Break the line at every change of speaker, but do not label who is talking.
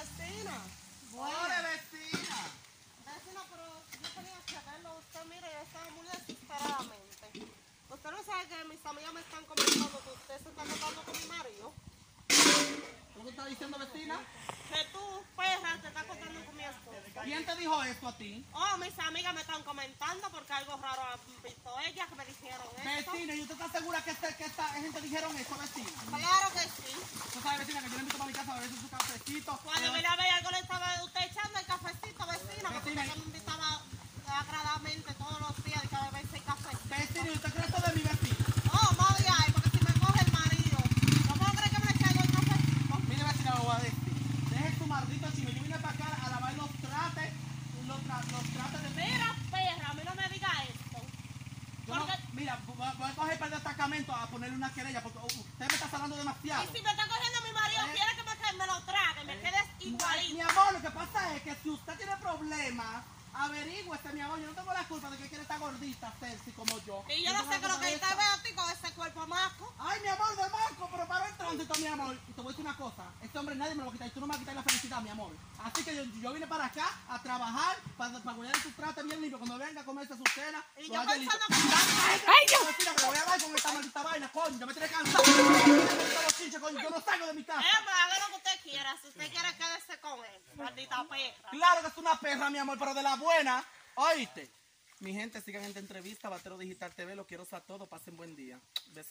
buena.
¡Pobre vecina!
Vecina, pero yo tenía que verlo. Usted, mire, yo estaba muy desesperadamente. Usted no sabe que mis amigas me están comentando que usted se está tratando con mi marido.
¿Lo que está diciendo vecina?
Que tú, perra, te estás contando con mi esposo.
¿Quién te dijo esto a ti?
Oh, mis amigas me están comentando porque algo raro han visto ellas que me dijeron esto.
Vecina, ¿y usted está segura que, este- que esta gente dijeron eso, vecina?
Claro que sí.
Tú sabes, vecina, que yo le invito para mi casa a beber su cafecito.
Cuando
Eh,
vine a ver algo le estaba usted echando el cafecito, vecina, porque
Vecina,
usted me invitaba agradablemente todos los días de cada vez el cafecito.
Vecina, ¿y usted cree esto de mi vecina?
Oh, no diga ahí, porque si me coge el marido, ¿no puedo creer que me le caiga el cafecito?
Mire, vecina, lo voy a decir. Deje su maldito chisme. Yo vine para acá a lavar los trates, los, tra- los trates de
Mira, perra, a mí no me diga esto.
Yo no-
Porque-
mira, voy a- voy a coger para el destacamento a ponerle una querella porque uh, usted me está hablando demasiado.
Y si me está cogiendo mi marido,
Eh.
quiere que me, que me lo trague, me quede
Mi
igualito.
amor, lo que pasa es que si usted tiene problemas, averígüese, mi amor. Yo no tengo la culpa de que quiere estar gordita, Celsi, como yo.
Y yo no sé qué lo que está veo a ti con ese cuerpo maco.
Ay, mi amor, de Marco, pero para el tránsito, mi amor. Y te voy a decir una cosa. Este hombre nadie me lo quita y tú no me vas a quitar la felicidad, mi amor. Así que yo, yo vine para acá a trabajar, para, para cuidar su trato bien limpio. Cuando venga a comerse su cena,
Y
su
yo
ayer
pensando
limpio.
que-
¡Ay, yo! Mira, que la voy a dar con esta maldita vaina, coño. Ya me tiene cansado. Yo no quiero ver todos los chinches, coño. Yo no salgo de mi casa.
Eh, pues, haga lo que usted quiera. Si usted quiere, quédese con él. Maldita perra.
Claro que es una perra, mi amor, pero de la buena. ¿Oíste? Mi gente, sigan esta entrevista. Batero Digital TV. Los quiero a todos. Pasen buen día. Besitos.